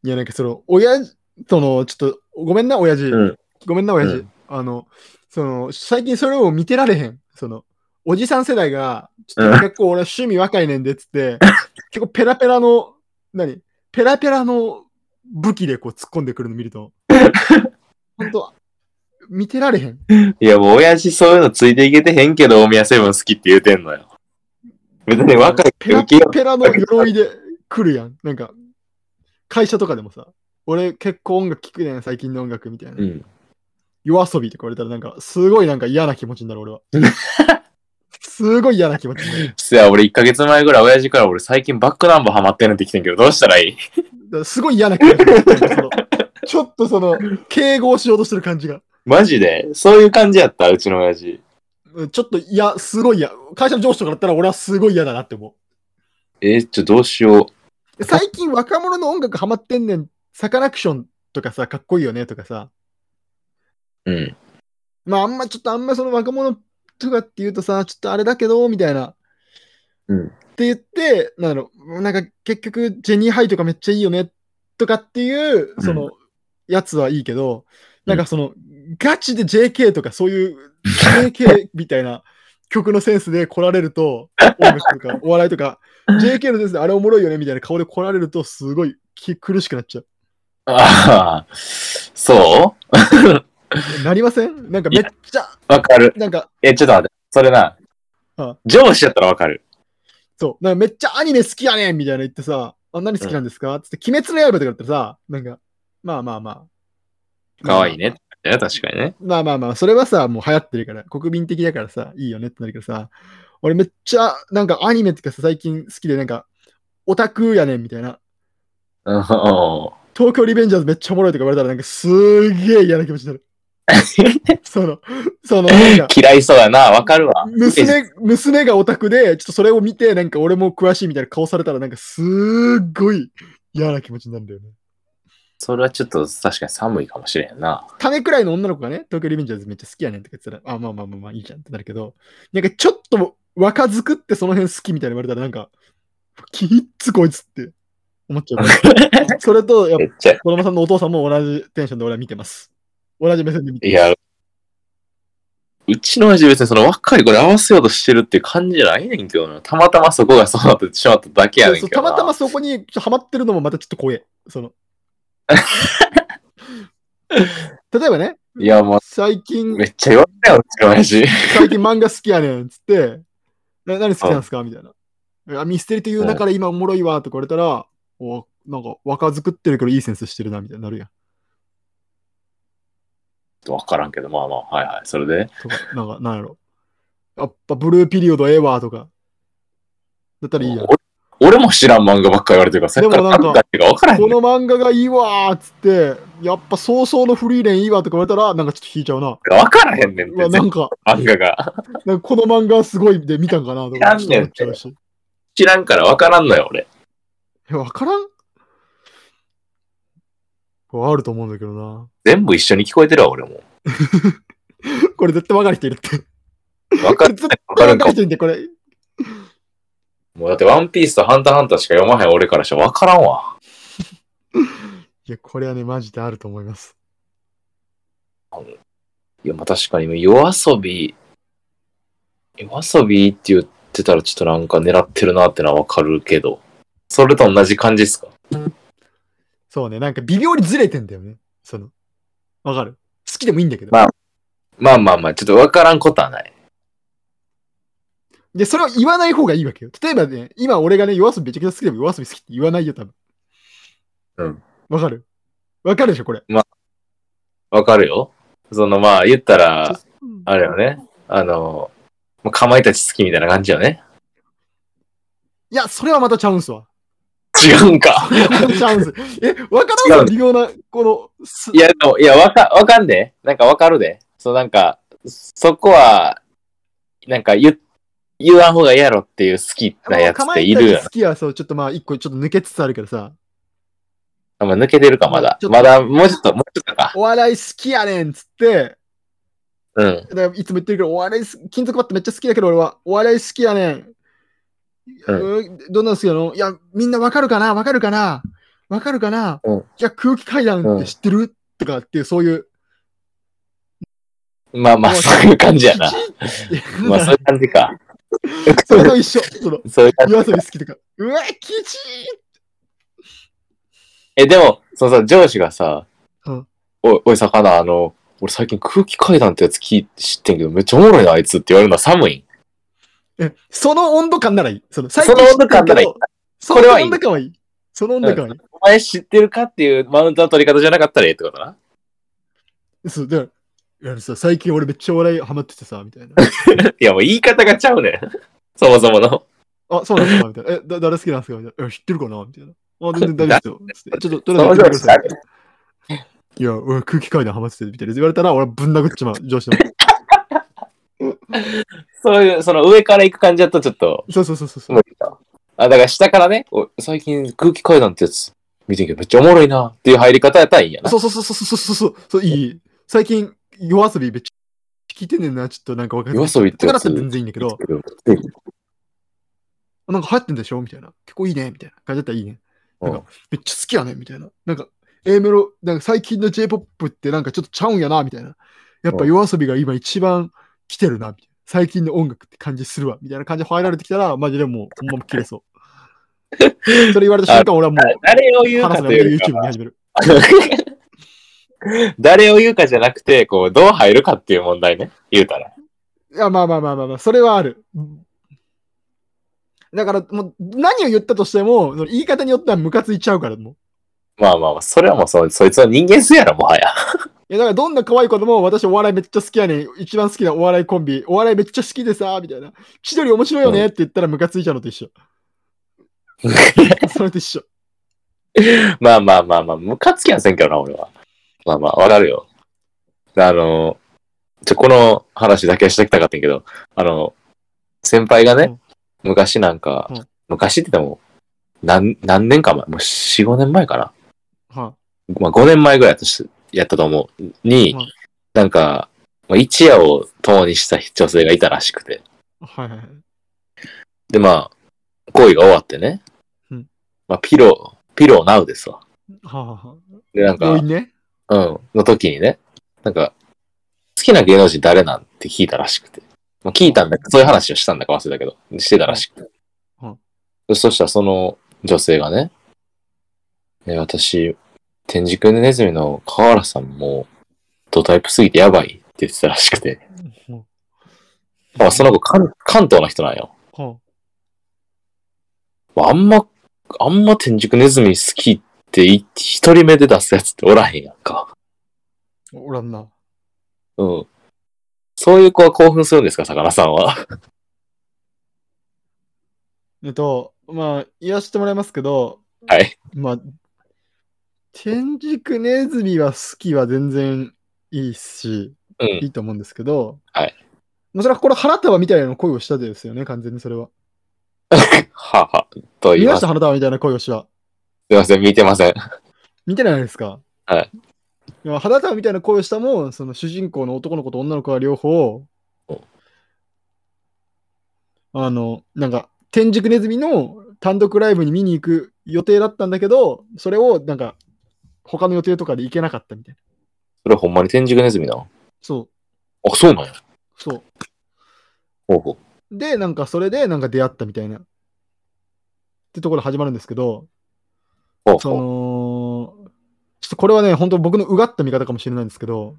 Speaker 1: いや、なんかその、親父との、ちょっと、ごめんな、親父。
Speaker 2: うん
Speaker 1: ごめんな、親父。
Speaker 2: うん
Speaker 1: あの、その、最近それを見てられへん。その、おじさん世代が、ちょっ
Speaker 2: う
Speaker 1: と
Speaker 2: ん
Speaker 1: 結構俺趣味若いねんでっつ って、結構ペラペラの、何ペラペラの武器でこう突っ込んでくるの見ると、本当見てられへん。
Speaker 2: いや、もう親父そういうのついていけてへんけど、大宮セブン好きって言うてんのよ。別に若い
Speaker 1: ペラ
Speaker 2: 受
Speaker 1: ペ
Speaker 2: け
Speaker 1: ラ
Speaker 2: よ
Speaker 1: ペラの鎧で来るやん。なんか、会社とかでもさ、俺結構音楽聴くねん、最近の音楽みたいな。
Speaker 2: う。うん。
Speaker 1: 夜遊びとか言われたらなんか、すごいなんか嫌な気持ちになる、俺は。すごい嫌な気持ちになる。
Speaker 2: そや、俺1ヶ月前ぐらい親父から俺最近バックナンバーハマってんねんって来てんけど、どうしたらいい
Speaker 1: だからすごい嫌な気持ちになる。そのちょっとその、敬語をしようとしてる感じが。
Speaker 2: マジでそういう感じやった、うちの親父。
Speaker 1: うんちょっと嫌、すごい嫌。会社の上司とかだったら俺はすごい嫌だなって思
Speaker 2: えー、ちょ、どうしよ
Speaker 1: う。最近若者の音楽ハマってんねん、サカナクションとかさ、かっこいいよねとかさ、
Speaker 2: う。うん。
Speaker 1: まああんまちょっとあんまその若者とかって言うとさ、ちょっとあれだけど、みたいな。
Speaker 2: うん
Speaker 1: って言って、なんだろう、なんか結局ジェニーハイとかめっちゃいいよね、とかっていう、その、やつはいいけど、なんかその、ガチで JK とかそういう JK みたいな曲のセンスで来られると、音楽とかお笑いとか、JK のセンスであれおもろいよね、みたいな顔で来られると、すごいき苦しくなっちゃう。
Speaker 2: ああ、そう
Speaker 1: なりませんなんかめっちゃ、
Speaker 2: わかる。
Speaker 1: なんか、
Speaker 2: え、ちょっと待って。それな
Speaker 1: うん。
Speaker 2: 上司やったらわかる。
Speaker 1: そう。なんかめっちゃアニメ好きやねんみたいなの言ってさ、あ何好きなんですか、つって、鬼滅の刃とかだったらさ、なんか、まあまあまあ。
Speaker 2: かわいいねって言ったよ。確かにね。
Speaker 1: まあまあまあ、それはさ、もう流行ってるから、国民的だからさ、いいよねってなるけどさ、俺めっちゃ、なんかアニメとかさ、最近好きで、なんか、オタクやねんみたいな、
Speaker 2: うんうん
Speaker 1: 東京リベンジャーズめっちゃおもろいとか言われたら、なんかすーげえ嫌な気持ちに なる。その、その、なんか、
Speaker 2: 嫌いそうやな。わかるわ。
Speaker 1: 娘、娘がオタクで、ちょっとそれを見て、なんか俺も詳しいみたいな顔されたら、なんかすーごい嫌な気持ちになるんだよね。
Speaker 2: それはちょっと確かに寒いかもしれんな。
Speaker 1: 種くらいの女の子がね、東京リベンジャーズめっちゃ好きやねんとか言ってたら、あ、まあまあまあまあいいじゃんってなるけど、なんかちょっと若作ってその辺好きみたいに言われたらなんか、きっつこいつって思っちゃう。 それと、やっ
Speaker 2: めっちゃ、
Speaker 1: ぱ、子供さんのお父さんも同じテンションで俺は見てます。同じ目線で見て
Speaker 2: いや、うちの親父別にその若い子で合わせようとしてるっていう感じじゃないねんけどな。たまたまそこがそうなってしまっただけや
Speaker 1: そう
Speaker 2: ねん
Speaker 1: そう
Speaker 2: けど
Speaker 1: た
Speaker 2: な。
Speaker 1: またまそこにちょっとハマってるのもまたちょっと怖え。そ の例えばね、
Speaker 2: いや、も
Speaker 1: 最近
Speaker 2: う、めっちゃ言われたよ、うちの親父。
Speaker 1: 最近漫画好きやねんっつって、な何好きなんすかみたいな。いやミステリという中で今おもろいわとか言われたら、おなんか若作ってるけどいいセンスしてるなみたいになるやん。
Speaker 2: わからんけど、まあまあ、はいはい。それで、
Speaker 1: とか、なんか、なんやろ。やっぱブルーピリオドええわとか。だったらいいやん。こ
Speaker 2: お俺も知らん漫画ばっかり言われてるから、さっきか
Speaker 1: で
Speaker 2: ら
Speaker 1: もなんか
Speaker 2: 何かっていうか分からへんねん。
Speaker 1: の漫画がいいわーっつって、やっぱ早々のフリーレンいいわとか言われたら、なんかちょっと引いちゃうな。
Speaker 2: 分からへんねんっ
Speaker 1: うわな
Speaker 2: て、全
Speaker 1: ん
Speaker 2: 部
Speaker 1: か、
Speaker 2: 漫画が。
Speaker 1: なんかこの漫画すごいで見たんかなとか、
Speaker 2: 知らんねん
Speaker 1: ちょっと思っちゃうし。
Speaker 2: 知らんから分からんのよ、俺。
Speaker 1: え、わからんこれあると思うんだけどな。
Speaker 2: 全部一緒に聞こえてるわ、俺も。
Speaker 1: これ絶対分かる人いる って。
Speaker 2: 分かる、
Speaker 1: 絶
Speaker 2: 分か
Speaker 1: 対
Speaker 2: る
Speaker 1: 分
Speaker 2: ん
Speaker 1: かる
Speaker 2: かも。
Speaker 1: 人いるって、これ。
Speaker 2: もうだって、ワンピースとハンターハンターしか読まへん俺からしたら分からんわ。
Speaker 1: いや、これはね、マジであると思います。
Speaker 2: いや、まあ確かに、夜遊び、夜遊びって言ってたらちょっとなんか狙ってるなってのは分かるけど、それと同じ感じっすか
Speaker 1: そうね、なんか微妙にずれてんだよね。その、分かる。好きでもいいんだけど。
Speaker 2: まあまあまあまあ、ちょっと分からんことはない。
Speaker 1: で、それを言わない方がいいわけよ。例えばね、今俺がね、夜遊びめちゃくちゃ好きでも夜遊び好きって言わないよ、多分。
Speaker 2: うん。
Speaker 1: 分かる分かるでしょ、これ。
Speaker 2: 分かるよ。そのまあ、言ったら、
Speaker 1: ちょ
Speaker 2: あれよね。あの、まあかまいたち好きみたいな感じよね。
Speaker 1: いや、それはまたチャンスわ。
Speaker 2: 違うん か。
Speaker 1: チャンス。え、分か
Speaker 2: 違
Speaker 1: ら
Speaker 2: うん
Speaker 1: ぞ微妙な、この、す
Speaker 2: いや、でも、いや、わか、わかんで。なんかわかるで。そう、なんか、そこは、なんか言、言わん方がいいやろっていう好きなやつ
Speaker 1: か
Speaker 2: っ
Speaker 1: ま
Speaker 2: て
Speaker 1: い
Speaker 2: い
Speaker 1: た
Speaker 2: る
Speaker 1: ち
Speaker 2: よ
Speaker 1: 好きは、そう、ちょっとまあ、一個ちょっと抜けつつあるけどさ、
Speaker 2: あ、まあ、抜けてるか、まだ
Speaker 1: ちょ。っと
Speaker 2: まだ、もうちょっと、もうちょっとか。
Speaker 1: お笑い好きやねんっつって、
Speaker 2: うん。
Speaker 1: だからいつも言ってるけど、お笑いす、金属バットめっちゃ好きだけど、俺は、お笑い好きやねん。うん、どんなの好きなのいや、みんなわかるかなわかるかなわかるかな、
Speaker 2: うん
Speaker 1: いや、空気階段って知ってる、とかっていう、そういう。
Speaker 2: まあまあ、
Speaker 1: もう
Speaker 2: そういう感じやな。まあ、そういう感じか。
Speaker 1: それと一緒。そ の、
Speaker 2: そういう感じ。
Speaker 1: 夜遊び好きとか。うわ、きち
Speaker 2: え、でも、そうさ、上司がさ、
Speaker 1: うん
Speaker 2: おい、おい、魚、あの、俺最近空気階段ってやつ聞い知ってんけど、めっちゃおもろいな、あいつって言われるのは寒いん。
Speaker 1: ーえ、その温度感ならいい。その、
Speaker 2: その温度感ならいい。
Speaker 1: そ
Speaker 2: これ
Speaker 1: の
Speaker 2: はいい
Speaker 1: 温度感はいい。その温度感はいい。
Speaker 2: お前知ってるかっていうマウントの取り方じゃなかったらええってことな。
Speaker 1: そう、だから、いやさ最近俺めっちゃお笑いハマっててさ、みたいな。
Speaker 2: いや、もう言い方がちゃうねん。 そもそもの。
Speaker 1: あ、そうなんですかみたいな。え、だ誰好きなんですかみたいな。え知ってるかなみたいな。あ、全然大丈夫 ですよ。ちょっと、とりあえず言ってください。いや、俺空気階段ハマっててみたいな。言われたら、俺ぶん殴っちまう、上司の。
Speaker 2: そういう、その上から行く感じだとちょっと
Speaker 1: そうそうそうそうそう。
Speaker 2: 無理だ。あ、だから下からね、お最近空気階段ってやつ見てんけどめっちゃおもろいなっていう入り方やったらいいんやな。
Speaker 1: そうそうそうそうそうそうそう、いい。最近、夜遊びめっちゃ聞いてんねんな、ちょっとなんか分かんない
Speaker 2: 夜遊びって
Speaker 1: だから
Speaker 2: や
Speaker 1: って
Speaker 2: つ。
Speaker 1: 全然いいんだけど、なんか流行ってんでしょみたいな。結構いいねみたいな感じだったらいいね。なん
Speaker 2: うん
Speaker 1: か、めっちゃ好きやねみたいな。なんか、A メロ、なんか最近の J-POP ってなんかちょっとちゃうんやなみたいな。やっぱ
Speaker 2: うん
Speaker 1: 夜遊びが今一番来てるなみたいな。最近の音楽って感じするわ。みたいな感じで入られてきたら、マジでもう、ほんま切れそう。それ言われた瞬間、俺はも
Speaker 2: あ
Speaker 1: う、
Speaker 2: 誰を言う
Speaker 1: 話
Speaker 2: か
Speaker 1: すの
Speaker 2: と
Speaker 1: で
Speaker 2: いうより
Speaker 1: YouTube
Speaker 2: か
Speaker 1: に始める。
Speaker 2: 誰を言うかじゃなくて、こう、どう入るかっていう問題ね。言うたら。
Speaker 1: いや、まあまあまあまあまあ、それはある。だから、もう、何を言ったとしても、その言い方によってはムカついちゃうから、もう。
Speaker 2: まあまあまあ、それはもうそ、そいつは人間性やろ、もはや。
Speaker 1: いや、だからどんな可愛い子でも、私お笑いめっちゃ好きやねん。一番好きなお笑いコンビ。お笑いめっちゃ好きでさ、みたいな。千鳥面白いよねって言ったらムカついちゃうのと 一緒。それと一緒。
Speaker 2: まあまあまあまあ、ムカつきはせんけどな、俺は。まあまあ、わかるよ。あの、ちょ、この話だけはしてきたかったんやけど、あの、先輩がね、昔なんか、
Speaker 1: うん
Speaker 2: 昔って言っても、何、何年か前、もう4、5年前かな。
Speaker 1: は
Speaker 2: まあ5年前ぐらいやったしやったと思う。に、
Speaker 1: うん
Speaker 2: なんか、まあ、一夜を共にした女性がいたらしくて。
Speaker 1: いはいはい。
Speaker 2: で、まあ、行為が終わってね。
Speaker 1: うん
Speaker 2: まあ、ピロー、ピローナウですわ。
Speaker 1: はあ、は
Speaker 2: で、なん
Speaker 1: あ、
Speaker 2: か、
Speaker 1: 病院ね。
Speaker 2: うん、の時にね、なんか、好きな芸能人誰なんて聞いたらしくて。まあ、聞いたんだそういう話をしたんだか忘れたけど、してたらしくて。
Speaker 1: うん
Speaker 2: そしたらその女性がね、え私、天竺ネネズミの河原さんも、ドタイプすぎてやばいって言ってたらしくて。
Speaker 1: うん
Speaker 2: あ、その子関、関東の人なんよ。
Speaker 1: は
Speaker 2: あんま、あんま天竺ネズミ好きってい一人目で出すやつっておらへんやんか。
Speaker 1: あ、おらんな。
Speaker 2: うん。そういう子は興奮するんですか、魚さんは。
Speaker 1: えっと、まあ、言わせてもらいますけど、
Speaker 2: はい。
Speaker 1: まあ、天竺ネズミは好きは全然いいし、
Speaker 2: うん
Speaker 1: いいと思うんですけど、
Speaker 2: はい。
Speaker 1: まあ、それはこれ花束みたいな恋をしたですよね、完全にそれは。
Speaker 2: はは、と言い
Speaker 1: 見ま
Speaker 2: ま
Speaker 1: し
Speaker 2: す。
Speaker 1: た
Speaker 2: す
Speaker 1: 花束みたいな恋をした。
Speaker 2: いません、見てません。
Speaker 1: 見てないですか
Speaker 2: はい。
Speaker 1: でも花束みたいな恋をしたも、その主人公の男の子と女の子は両方
Speaker 2: うん、
Speaker 1: あの、なんか、天竺ネズミの単独ライブに見に行く予定だったんだけど、それをなんか、他の予定とかで行けなかったみたいな。
Speaker 2: それほんまに天竺ネズミなの
Speaker 1: そう、
Speaker 2: あ、そうなんや。
Speaker 1: そう。
Speaker 2: ほうほう。
Speaker 1: で、なんかそれでなんか出会ったみたいな。ってところで始まるんですけど、
Speaker 2: ほう
Speaker 1: そ
Speaker 2: ほ
Speaker 1: の、ちょっとこれはね、本当僕のうがった見方かもしれないんですけど、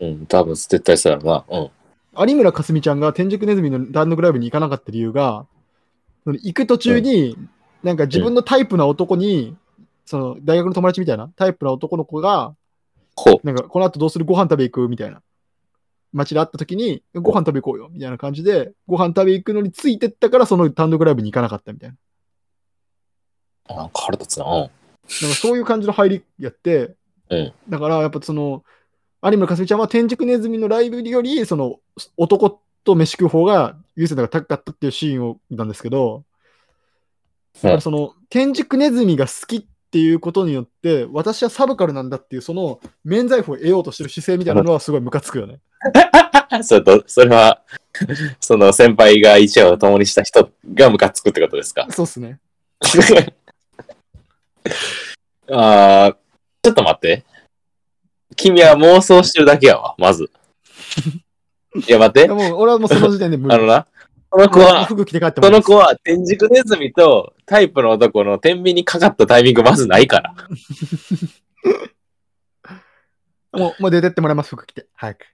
Speaker 2: う。うん、多分絶対そうやろな。うん。
Speaker 1: 有村架純ちゃんが天竺ネズミの単独ライブに行かなかった理由が、その行く途中に、なんか自分のタイプな男に、その大学の友達みたいなタイプな男の子が、
Speaker 2: ほう。
Speaker 1: なんかこの後どうするご飯食べ行くみたいな。街で会った時に、ご飯食べ行こうよみたいな感じで、ご飯食べ行くのについてったから、その単独ライブに行かなかったみたいな。
Speaker 2: あなんか腹立つな。うん。
Speaker 1: なんかそういう感じの入りやって、
Speaker 2: うん
Speaker 1: だからやっぱその、有村架純ちゃんは天竺ネズミのライブより、その男と飯食う方が優先度が高かったっていうシーンを見たんですけど、だからその天竺ネズミが好きっていうことによって、私はサブカルなんだっていう、その免罪符を得ようとしてる姿勢みたいなのはすごいムカつくよね。
Speaker 2: それと、それは、 その先輩が一夜を共にした人がムカつくってことですか
Speaker 1: そうっすね。
Speaker 2: あー、ちょっと待って。君は妄想してるだけやわ、まず。いや、待っ
Speaker 1: い
Speaker 2: て
Speaker 1: や。もう俺はもうその時点で無理。
Speaker 2: あのな、この子は、
Speaker 1: 服着て帰ってもらい
Speaker 2: その
Speaker 1: ます
Speaker 2: 子は天竺ネズミとタイプの男の天秤にかかったタイミングまずないから。
Speaker 1: もう、もう出てってもらいます、服着て。早く。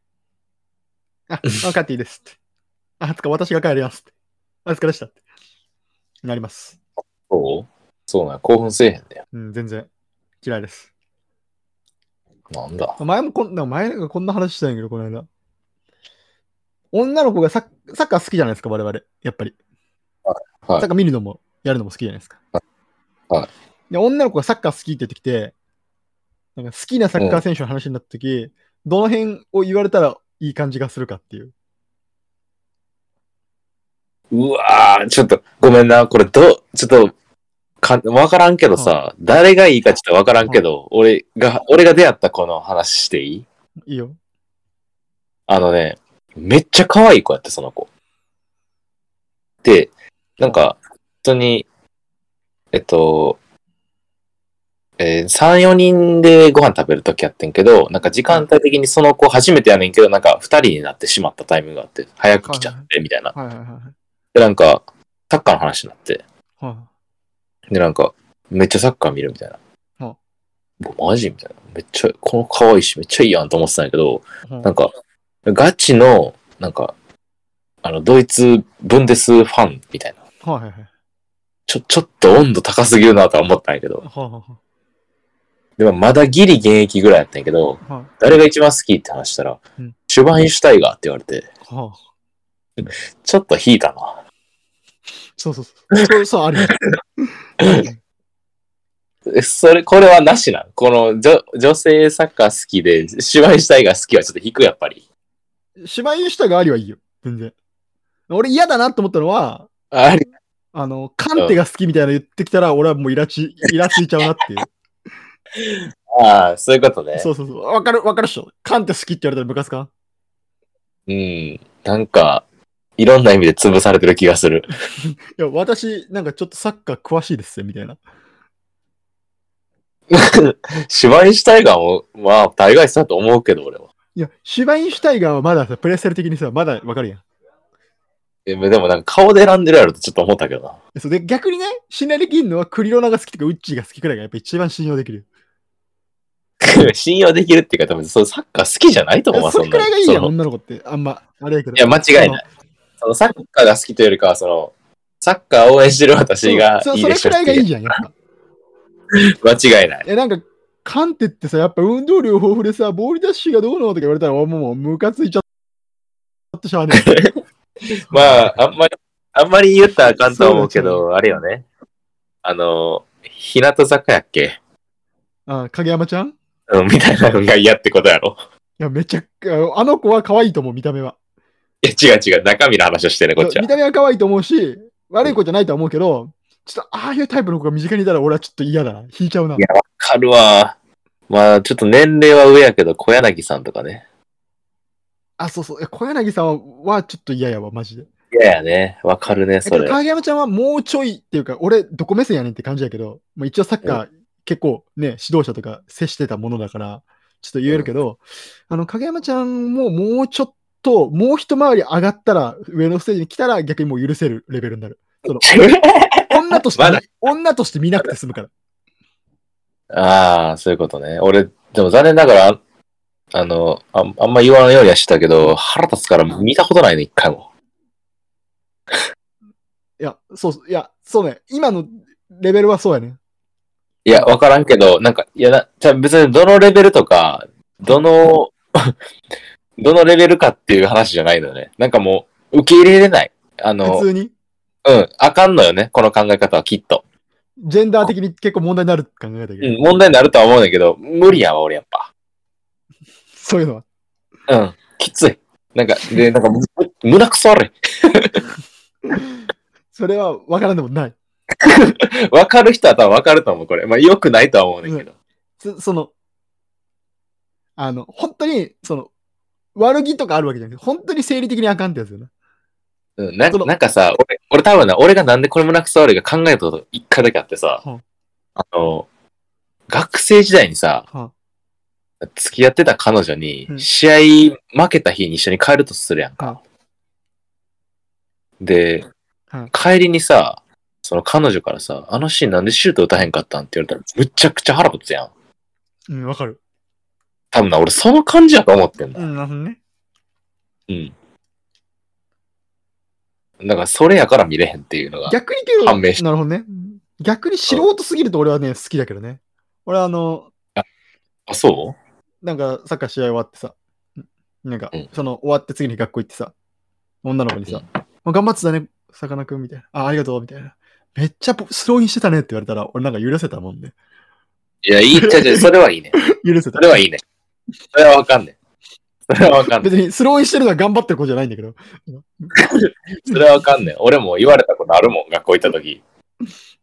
Speaker 1: あ、分かっていいですって。あ、つか、私が帰りますって。あ、つかでしたって。なります。
Speaker 2: そうそうなんや興奮せえへんだよ。
Speaker 1: うん、全然。嫌いです。
Speaker 2: なんだ。
Speaker 1: 前もこんな、前なんかこんな話したんやけど、この間。女の子がサッサッカー好きじゃないですか、我々。やっぱり。
Speaker 2: はい
Speaker 1: サッカー見るのも、やるのも好きじゃないですか。。
Speaker 2: はい
Speaker 1: で、女の子がサッカー好きって言ってきて、なんか好きなサッカー選手の話になった時どの辺を言われたらいい感じがするかっていう。
Speaker 2: うわー、ちょっと、ごめんな。これどう、ちょっと、か、わからんけどさ、誰がいいかちょっとわからんけど、俺が、俺が出会った子の話していい
Speaker 1: いいよ。
Speaker 2: あのね、めっちゃ可愛い子やって、その子。で、なんか、本当に、えっと、えー、3、4人でご飯食べるときやってんけど、なんか時間帯的にその子初めてやねんけど、なんか2人になってしまったタイミングがあって、早く来ちゃって、みたいな。
Speaker 1: はいはいはいはい。
Speaker 2: で、なんか、サッカーの話になって、
Speaker 1: は
Speaker 2: で、なんか、めっちゃサッカー見るみたいな。
Speaker 1: うん
Speaker 2: もうマジみたいな。めっちゃ、この子可愛いし、めっちゃいいやんと思ってたんやけど、
Speaker 1: いはい
Speaker 2: なんか、ガチの、なんか、あの、ドイツ、ブンデスファンみたいな。
Speaker 1: はいはいはい。
Speaker 2: ちょ、ちょっと温度高すぎるなとは思ったんやけど。
Speaker 1: はあは
Speaker 2: でも、まだギリ現役ぐらいやったんやけど、
Speaker 1: あは
Speaker 2: 誰が一番好きって話したら、
Speaker 1: うん
Speaker 2: シュバインシュタイガーって言われて、
Speaker 1: あはあ
Speaker 2: ちょっと引いたな。
Speaker 1: そうそう そう。そうそう、あるよ。
Speaker 2: えそれ、これはなしなん。この、女、女性サッカー好きで、シュバインシュタイガー好きはちょっと引く、やっぱり。
Speaker 1: 芝居したがありはいいよ。全然。俺嫌だなと思ったのは、
Speaker 2: あり、
Speaker 1: あの、カンテが好きみたいなの言ってきたら、俺はもうイラチ、イラついちゃうなって いう。
Speaker 2: ああ、そういうことね。
Speaker 1: そうそうそう。わかる、わかるっしょ。カンテ好きって言われたらムカつかん
Speaker 2: うん。なんか、いろんな意味で潰されてる気がする。
Speaker 1: いや、私、なんかちょっとサッカー詳しいですよ、みたいな。
Speaker 2: 芝居したいがも、まあ、大概さと思うけど、俺は。
Speaker 1: いや、シュバインシュタイガーはまださ、プレッセル的にさ、まだわかるやん。
Speaker 2: えでもなんか顔で選んでるやろとちょっと思ったけどな。
Speaker 1: えそうで、逆にね、信頼できるのはクリロナが好きとか、ウッチーが好きくらいがやっぱ一番信用できる。
Speaker 2: 信用できるっていうか、多分そのサッカー好きじゃないと思うわ、
Speaker 1: それ
Speaker 2: ん
Speaker 1: く
Speaker 2: なの
Speaker 1: らいがいいやん、
Speaker 2: その
Speaker 1: 女の子って。あんま、あれやけど。
Speaker 2: いや、間違いない。そのサッカーが好きというよりかは、その、サッカーを応援してる私が
Speaker 1: そう
Speaker 2: いい
Speaker 1: そ
Speaker 2: で
Speaker 1: れ
Speaker 2: しょ
Speaker 1: く
Speaker 2: って
Speaker 1: らい
Speaker 2: い
Speaker 1: うがいいじゃん、やっぱ。
Speaker 2: 間違いない。
Speaker 1: え、なんか、カンテってさ、やっぱ運動量豊富でさ、ボールダッシュがどうのとか言われたら、俺もうムカついちゃってしゃあね え。
Speaker 2: まあ、あんまり、あんまり言ったらあかんとは思うけど、あれよね。あの、日向坂やっけ
Speaker 1: あ影山ちゃんい
Speaker 2: うん、みたいなのが嫌ってことやろ。
Speaker 1: や、めちゃくあの子は可愛いと思う、見た目は。
Speaker 2: いや、違う違う、中身の話をしてるね、こっちは
Speaker 1: 見。た目は可愛いと思うし、悪い子じゃないとは思うけど、ちょっとああいうタイプの子が身近にいたら俺はちょっと嫌だな。引いちゃうな。
Speaker 2: やわかるわ。まあ、ちょっと年齢は上やけど、小柳さんとかね。
Speaker 1: あ、そうそう。いや小柳さんははちょっと嫌やわ、マジで。
Speaker 2: 嫌やね。わかるね、そ
Speaker 1: だけど
Speaker 2: れ。
Speaker 1: 影山ちゃんはもうちょいっていうか、俺、どこ目線やねんって感じやけど、まあ、一応サッカー、結構ね、指導者とか接してたものだから、ちょっと言えるけど、あの、影山ちゃんももうちょっと、もう一回り上がったら、上のステージに来たら逆にもう許せるレベルになる。その女として、
Speaker 2: まだ
Speaker 1: 女として見なくて済むから。
Speaker 2: ああ、そういうことね。俺、でも残念ながら、ああのあん、あんま言わんようにはしてたけど、腹立つから見たことないね、一回も。
Speaker 1: いや、そうそう、いや、そうね、今のレベルはそうやね。
Speaker 2: いや、わからんけど、なんか、いやな、じゃあ別にどのレベルとか、どの、 どのレベルかっていう話じゃないのよね。なんかもう、受け入れれない。あの
Speaker 1: 普、通に、
Speaker 2: うん、あかんのよね、この考え方はきっと。
Speaker 1: ジェンダー的に結構問題になる考えだけど、
Speaker 2: うん、問題になるとは思うんだけど、無理やわ、俺やっぱ。
Speaker 1: そういうのは。
Speaker 2: うん、きつい。なんか、で、なんか、む胸くそ悪い。
Speaker 1: それは分からんでもない。
Speaker 2: わかる人は多分わかると思う、これ。まあ、良くないとは思うねんだけど。
Speaker 1: そその、あの、本当に、その、悪気とかあるわけじゃなくて、本当に生理的にあかんってやつよな。
Speaker 2: うん、な
Speaker 1: その
Speaker 2: なんかさ、俺、俺多分な、俺がなんでこれ胸くそ悪いか考えたこと一回だけあってさ、
Speaker 1: は
Speaker 2: あの、学生時代にさ、
Speaker 1: は
Speaker 2: 付き合ってた彼女に
Speaker 1: う、ん
Speaker 2: 試合負けた日に一緒に帰るとするやんか。で、
Speaker 1: はい
Speaker 2: 帰りにさ、その彼女からさ、あのシーンなんでシュート打たへんかったんって言われたら、むちゃくちゃ腹立つやん。
Speaker 1: うん、わかる。
Speaker 2: 多分な、俺その感じやと思ってんだ。
Speaker 1: うん、なるほどね。
Speaker 2: うん。だから、それやから見れへんっていうのが。
Speaker 1: 逆にけど、
Speaker 2: 判明し
Speaker 1: なるほどね。逆に素人すぎると俺はね、好きだけどね。俺はあの、
Speaker 2: あ、そ
Speaker 1: なんかサッカー試合終わってさ、なんか
Speaker 2: うん、
Speaker 1: その終わって次に学校行ってさ、女の子にさ、まあ頑張ってたね、さかなクンみたいな。あ、ありがとう、みたいな。めっちゃスローインしてたねって言われたら、俺なんか許せたもんね。
Speaker 2: ういや、い い、じゃじゃそれはいいね。
Speaker 1: 許せた
Speaker 2: そ。れはいいね。それはわかんねん。それはわかんねん。
Speaker 1: 別にスローインしてるのは頑張ってる子じゃないんだけど。
Speaker 2: それはわかんねん。俺も言われたことあるもん、学校行った時。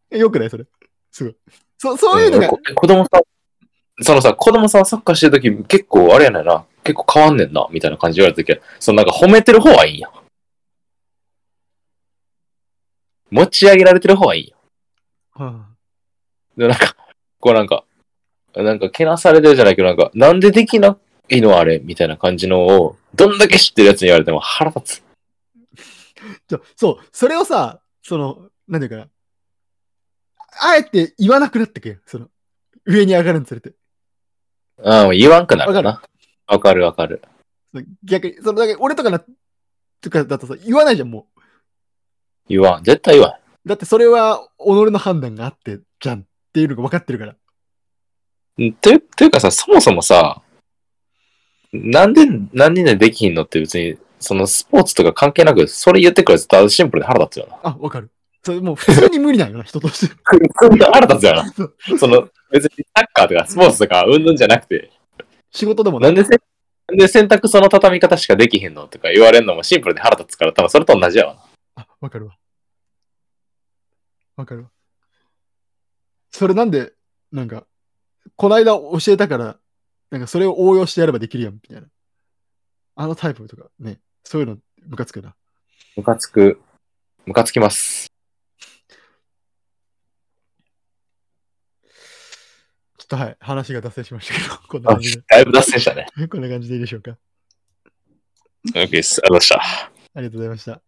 Speaker 1: えよくないそれ。すごい。そそういうの
Speaker 2: ん
Speaker 1: が、
Speaker 2: こ子供さん、そのさ、子供さんサッカーしてる時、結構あれやねんな。結構変わんねんな、みたいな感じで言われた時は、そのなんか褒めてる方はいいんや。持ち上げられてる方はいいんや。
Speaker 1: は
Speaker 2: で、なんか、こうなんか、なんか、けなされてるじゃないけど、なんか、なんでできないのあれみたいな感じのを、どんだけ知ってるやつに言われても腹立つ。
Speaker 1: あ、じゃそう、それをさ、その、なんていうかな。あえて言わなくなってくよ。その、上に上がるにつれて。
Speaker 2: うん、言わんくなる
Speaker 1: わか
Speaker 2: な。わかるわかる。
Speaker 1: その逆に、そのだけ俺とかな、とかだとさ、言わないじゃん、も
Speaker 2: 言わん。絶対言わん。
Speaker 1: う。だってそれは、己の判断があって、じゃんっていうのが分かってるから。
Speaker 2: うんて、ていうかさ、そもそもさ、なんで、なんでねできひんのって別に、そのスポーツとか関係なく、それ言ってくるやつとシンプルで腹立つよ な。
Speaker 1: あ、分かる。それもう普通に無理なんよな、人として。
Speaker 2: 腹立つよな。その、別にサッカーとかスポーツとか、うんぬんじゃなくて、
Speaker 1: 仕事でも
Speaker 2: な
Speaker 1: ね
Speaker 2: んでせんなんで洗濯その畳み方しかできへんのとか言われるのもシンプルで腹立つから、多分それと同じやわな。
Speaker 1: あ、わかるわ。わかるわ。それなんで、なんか、こないだ教えたから、なんかそれを応用してやればできるやん、みたいな。あのタイプとかね、そういうのムカつくな。
Speaker 2: ムカつく。ムカつきます。
Speaker 1: ちょっとはい、話が脱線しましたけど、こんな
Speaker 2: あ
Speaker 1: 感じ
Speaker 2: だいぶ脱線したね。
Speaker 1: で、こんな感じでいいでしょうか。
Speaker 2: OK です。ありがとうございました。
Speaker 1: ありがとうございました。